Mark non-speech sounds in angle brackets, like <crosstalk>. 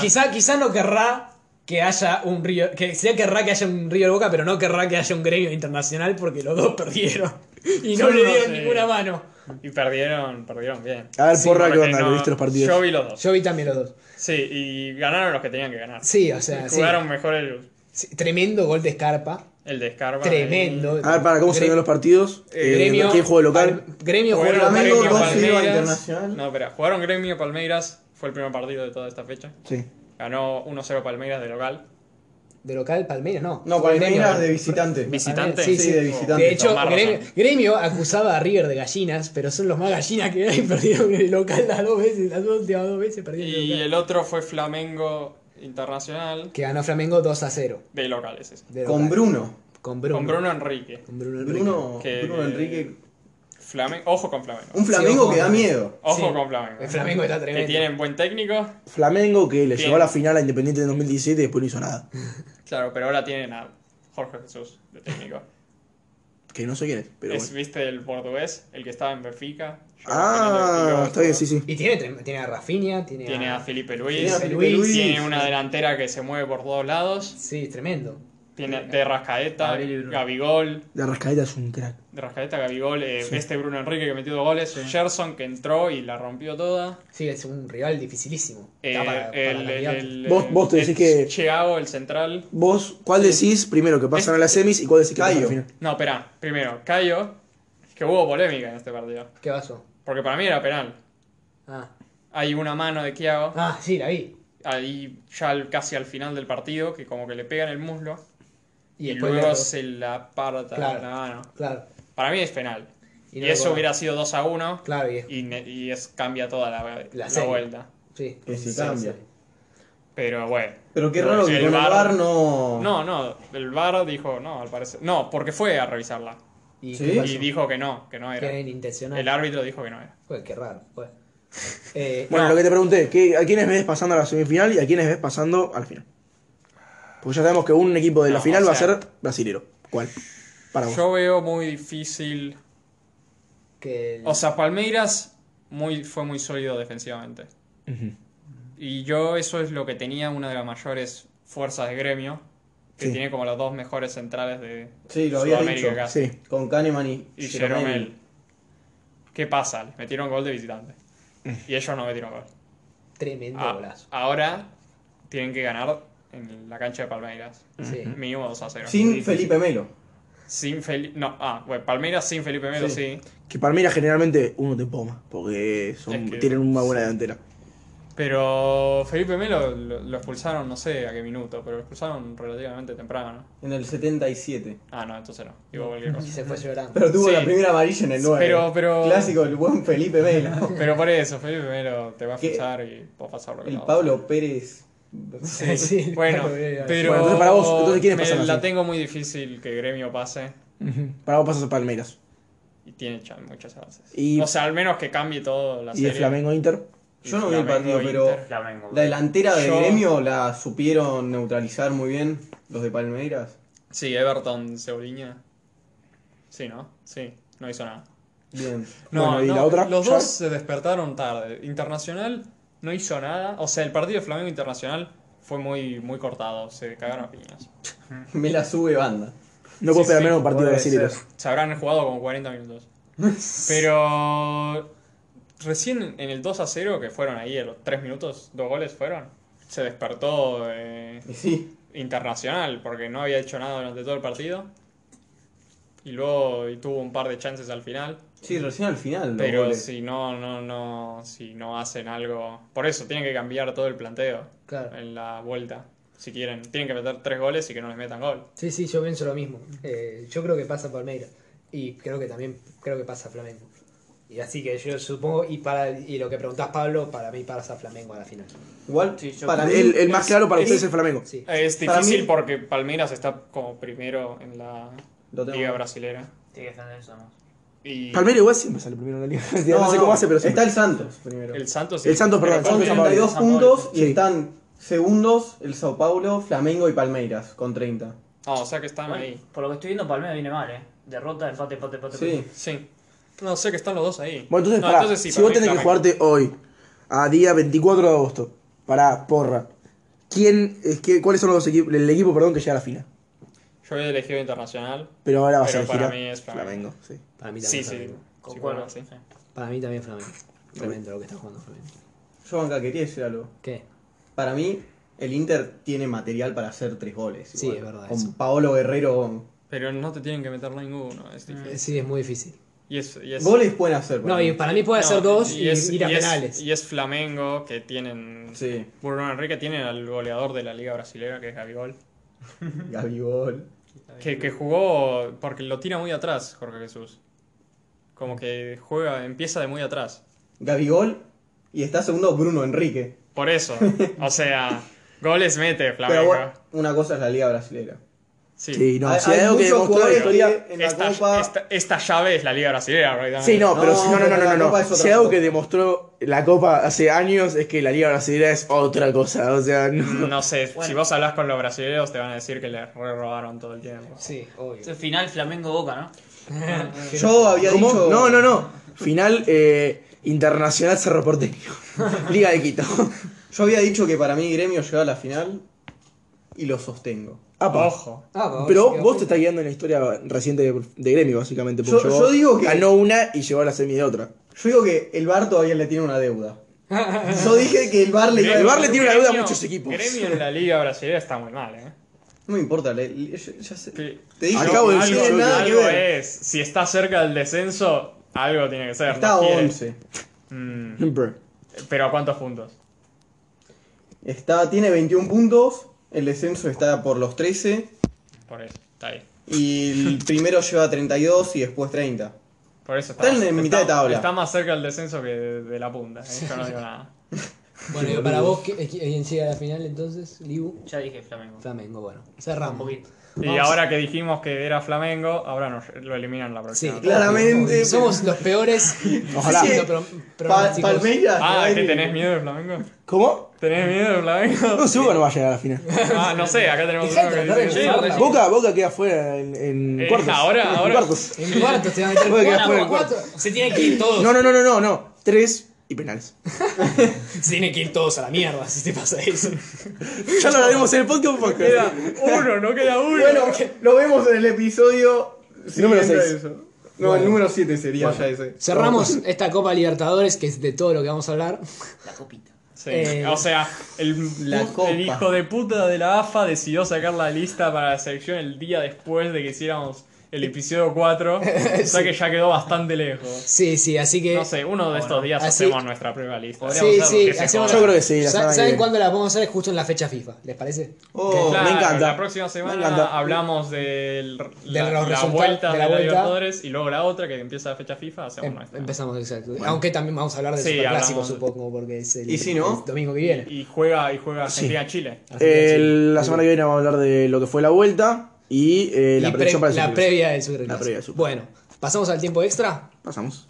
quizá, quizá no querrá que haya un río. Que sí querrá que haya un río de boca, pero no querrá que haya un gremio internacional porque los dos <laughs> perdieron. Y no Yo le no dieron sé. ninguna mano. Y perdieron, perdieron bien. A ver, Sí, porra, ¿qué Porque onda? no- ¿Viste los partidos? Yo vi los dos. Yo vi también los dos. Sí, y ganaron los que tenían que ganar. Sí, o sea, sí. Jugaron mejor el, Sí, Tremendo gol de Scarpa. el de Scarpa. Tremendo. A ver, para, ¿cómo se Gre- ven los partidos? Eh, Gremio, ¿Quién juega de local? Al- gremio juega Jugaron local. Flamengo, Gremio, dos cero a Palmeiras. Internacional. No, espera, jugaron Gremio Palmeiras, fue el primer partido de toda esta fecha. Sí. Ganó 1-0 Palmeiras de local. Ah, De local, Palmeiras, no. No, Fue Palmeiras gremio. de visitante. Visitante. Sí, sí, de visitante. De hecho, Tomás gremio, razón. Gremio acusaba a River de gallinas, pero son los más gallinas que hay. <laughs> Perdieron el local las dos veces, las dos, últimas dos veces perdieron el Y local. el otro fue Flamengo Internacional Que ganó Flamengo 2 a 0. de locales. ese. de Con local. Bruno. Con Bruno. Con Bruno Enrique. Con Bruno Enrique. Bruno, Que- Bruno Enrique. Flamen- Ojo con Flamengo. Un Flamengo ojo, que da Enrique. miedo. Ojo Sí. con Flamengo. El Flamengo está Que tremendo. tienen buen técnico. Flamengo que le Bien. llevó a la final a Independiente en 2017 y después no hizo nada. Claro, pero ahora tienen a Jorge Jesús de técnico. Que no sé quién es, pero es, bueno. ¿Viste el portugués? El que estaba en Benfica. Llegó a final Ah, del está bien, Liga. sí, sí. Y tiene, trem- tiene a Rafinha, tiene, Tiene a Felipe Luis. Tiene a Felipe Felipe Luis. Tiene una delantera que se mueve por todos lados. Sí, tremendo. Tiene de Rascaeta, Gabriel y Bruno. Gabigol. La Rascaeta es un crack. De Rascaeta, Gabigol. eh, Este Bruno Enrique que metió dos goles. Gerson que entró y la rompió toda. Sí, es un rival dificilísimo. Eh, Está para- para el, candidato. el- Vos- vos te el decís que- Thiago, el central. Vos, ¿cuál decís primero que pasan a las semis y cuál decís que pasan a la Cayo. final? No, espera, primero, Cayo, que hubo polémica en este partido. ¿Qué pasó? Porque para mí era penal. Ah. Hay una mano de Thiago, ah, sí, la vi. ahí ya al- casi al final del partido, que como que le pega en el muslo. Y, Y, después luego la- se la aparta Claro. la mano. Claro, Para mí es penal. Y Y, no lo eso cobra. hubiera sido 2 a 1. claro, y es- Y, ne- y es, cambia toda la, la serie. vuelta. sí. Que se Sí, cambia. sí. Pero bueno. Pero qué raro que El con el VAR VAR no. No, no, el VAR dijo no, al parecer. No, porque fue a revisarla. ¿Y Sí. qué pasó? Y dijo que no, que no Que era. era inintencional. El árbitro dijo que no era. Pues, qué raro. <laughs> pues. Eh, Bueno, no, lo que te pregunté, ¿qué- ¿a quiénes ves pasando a la semifinal y a quiénes ves pasando a la final? Porque ya sabemos que un equipo de la No, final o va a sea- ser brasilero. ¿Cuál? Para vos. Yo veo muy difícil. que el- O sea, Palmeiras muy, fue muy sólido defensivamente. Y yo, eso es lo que tenía una de las mayores fuerzas de gremio. Que Sí. tiene como las dos mejores centrales de Sí, lo habías Sudamérica dicho. casi. Sí. Con Kahneman y, Y Jeromel. Jeromel. ¿Qué pasa? Les metieron gol de visitante. Mm. Y ellos no metieron gol. tremendo Ah, golazo. ahora tienen que ganar en la cancha de Palmeiras. Sí. Mínimo 2 a 0. Sin Felipe Melo. Sin Felipe. No, ah, bueno, Palmeiras sin Felipe Melo, sí. Que Palmeiras generalmente uno te empoma, porque son- Es que- tienen una buena delantera. Pero Felipe Melo lo, lo expulsaron, no sé a qué minuto, pero lo expulsaron relativamente temprano. En el 77. Ah, no, entonces no. Digo cualquier Y <laughs> cosa. <laughs> se fue llorando. Pero tuvo Sí. la primera amarilla en el 9. Pero- pero- Clásico, el buen Felipe <laughs> Melo. Pero por eso, Felipe Melo te va a ¿Qué? expulsar y va a pasar lo que El va a Pablo Pérez. pasar. Sí, Bueno, claro, bien, bien. pero. Bueno, entonces para vos, entonces ¿quiénes me pasan así? La tengo muy difícil que Gremio pase Para vos pasas a Palmeiras. y tiene chan- muchas chances. Y- o sea, al menos que cambie todo la Y de serie. Flamengo Inter. Yo no vi el Flamengo, partido, pero Inter. Flamengo. la delantera de Yo- gremio la supieron neutralizar muy bien los de Palmeiras. Sí, Everton, Cebolinha. Sí, ¿no? Sí, no hizo nada. Bien. No, Bueno, ¿y no, la otra? Los ¿Ya? dos se despertaron tarde. Internacional no hizo nada. O sea, el partido de Flamengo Internacional fue muy, muy cortado. Se cagaron a piñas. Me la sube banda. No puedo Sí, esperar sí, menos un partido de puede brasileros. ser. Se habrán jugado como 40 <laughs> minutos. Pero recién en el 2 a 0, que fueron ahí a los 3 minutos, dos goles fueron, se despertó eh, Y sí, internacional porque no había hecho nada durante todo el partido. Y luego y tuvo un par de chances al final. sí, recién al final. los Pero goles. si no, no, no, si no hacen algo. Por eso tienen que cambiar todo el planteo Claro. en la vuelta. Si quieren, tienen que meter tres goles y que no les metan gol. Sí, sí, yo pienso lo mismo. Eh, yo creo que pasa Palmeiras. Y creo que también creo que pasa Flamengo. Y así que yo supongo, y para y lo que preguntás Pablo, para mí pasa Flamengo a la final. Igual, Sí, yo- para mí. El, el más es- claro para es- ustedes es el Flamengo. Sí. Es Para mí- difícil porque Palmeiras está como primero en la Lo tengo. Liga Brasilera. Tiene que estar en eso, ¿no? Y Palmeiras igual siempre sale primero en la liga. <laughs> No, No, sé no, cómo hace, pero Está siempre. el Santos primero. el Santos. El Santos, perdón, pero Santos Son San Pablo. 32 San Pablo. puntos y Sí. están segundos el Sao Paulo, Flamengo y Palmeiras con 30. Ah, o sea que están Bueno, ahí. Por lo que estoy viendo, Palmeiras viene mal, ¿eh? Derrota, empate, empate, empate. Sí. Sí. No, sé que están los dos ahí. Bueno, entonces, No, pará, sí, si para vos mí tenés que Flamengo. jugarte hoy, a día 24 de agosto, para porra, ¿Quién, es que, ¿Cuáles son los equipos, el equipo perdón, que llega a la final? Yo he elegido internacional. Pero ahora vas a Pero elegir para a mí es Flamengo. Flamengo. sí. Para mí Sí, también sí. Flamengo. Sí, Concuerdo, bueno, sí. sí. Para mí también Flamengo. Tremendo lo que está jugando Flamengo. Yo, banca, quería decir algo. ¿Qué? Para mí, el Inter tiene material para hacer tres goles. Sí, igual. es verdad Con eso. Paolo Guerrero. Pero no te tienen que meter ninguno. Es Mm. difícil. Eh, Sí, es muy difícil. Y es, y es- Goles pueden hacer. para No, mí. y para mí puede no, hacer dos y, es- ir a y es- penales. y es Flamengo, que tienen. Sí, Bruno Enrique tiene al goleador de la Liga Brasilera, que es Gabigol. Gabigol. Que, que jugó porque lo tira muy atrás, Jorge Jesús. Como que juega, empieza de muy atrás. Gabigol. Y está segundo Bruno Enrique. Por eso. O sea, goles mete Flamengo. Pero bueno, una cosa es la Liga Brasilera. sí. Sí, no, Hay- si hay hay algo que muchos demostró jugadores es- que en la Esta, Copa- esta- esta llave es la Liga Brasilera, prácticamente. Sí, no, pero No, si- no, no, no, pero la no, no. Copa es otra Si hay algo cosa. que demostró la Copa hace años es que la Liga Brasileña es otra cosa, o sea, no. No sé, Bueno. si vos hablas con los brasileños te van a decir que le re robaron todo el tiempo. Sí, obvio. Este final Flamengo Boca, ¿no? Yo había ¿Cómo? dicho. No, no, no. Final eh, Internacional Cerro Porteño. <laughs> Liga de Quito. Yo había dicho que para mí Gremio llegaba a la final. Y lo sostengo. Apa. Ojo. Ah, vos, Pero sí, vos ok. te estás guiando en la historia reciente de, de Gremio, básicamente. porque Yo- llegó- yo digo que- Ganó una y llegó a la semi de otra. Yo digo que el Bar todavía le tiene una deuda. Yo dije que el Bar le iba a- El Bar le tiene una deuda a Gremio- muchos equipos. Gremio en la Liga Brasilera está muy mal, ¿eh? No me importa, le- le- yo- ya sé. Que- Te dije, Acabo de no decir tiene yo algo, que- nada que algo ver. es. Si está cerca del descenso, algo tiene que ser. Está no a quiere. 11. Mm, Bro. Pero ¿a cuántos puntos? Está, tiene 21 puntos. El descenso está por los 13. Por eso, está ahí. Y <laughs> el primero lleva 32 y después 30. Por eso está, Están más- en mitad de tabla. Está más cerca del descenso que de, de la punta. ¿eh? Yo no digo nada. Bueno, y para vos, ¿qué- qué- ¿quién llega a la final entonces? Libu. Ya dije Flamengo. Flamengo, bueno. Un Cerramos. poquito. Y Vamos. ahora que dijimos que era Flamengo, ahora nos, lo eliminan la Sí, próxima. claramente. obvio. Somos los <laughs> peores. Ojalá. siendo pro- Pa- pronósticos. Palmeiras. Ah, no ¿que hay- tenés miedo de Flamengo? ¿Cómo? ¿Tenés miedo de Flamengo? <laughs> No, seguro no va a llegar a la final. Ah, no sé, acá tenemos Dejá de uno que tratar de dice- Sí, porque empujarla. <laughs> sí. Boca, Boca queda fuera en, en Eh, cuartos. ahora- En ahora- cuartos. En cuarto se va a meter. Puede Bueno, quedar fuera en cuatro. Se tienen que ir todos. No, no, no, no, no, no. Tres y penales. Se tienen que ir todos a la mierda si te pasa eso. <laughs> Ya lo haremos en el podcast. porque- Queda uno, no queda uno. Bueno, lo vemos en el episodio. Número siguiente seis. a eso. No, Bueno. el número 7 sería ya ese. <laughs> Cerramos esta Copa Libertadores, que es de todo lo que vamos a hablar. La copita. Sí, Eh, o sea, el, la pu- copa. el hijo de puta de la AFA decidió sacar la lista para la selección el día después de que hiciéramos el episodio 4, o sea que ya quedó bastante lejos. Sí, sí, así que. No sé, uno de estos días así- hacemos nuestra prueba lista. Sí, sí, que se hacemos joda. Yo creo que sí, Sa- la semana que ¿Saben viene. cuándo la podemos hacer? Justo en la fecha FIFA, ¿les parece? Oh, Claro, Me encanta. La próxima semana Me encanta. hablamos del, la, los la resultados vuelta de de la la, vuelta. Libertadores y luego la otra que empieza la fecha FIFA, hacemos Em- nuestra. empezamos, exacto. Aunque también vamos a hablar de Sí, Superclásico, hablamos. supongo, porque es el, ¿Y si no? el domingo que Y, viene. y juega, y juega Argentina-Chile. Así que sí. El- la semana que viene vamos a hablar de lo que fue la vuelta y eh, Y la pre- predicción para el la Superclásico. previa del Superclásico. La previa del Superclásico. Bueno, ¿pasamos al tiempo extra? Pasamos.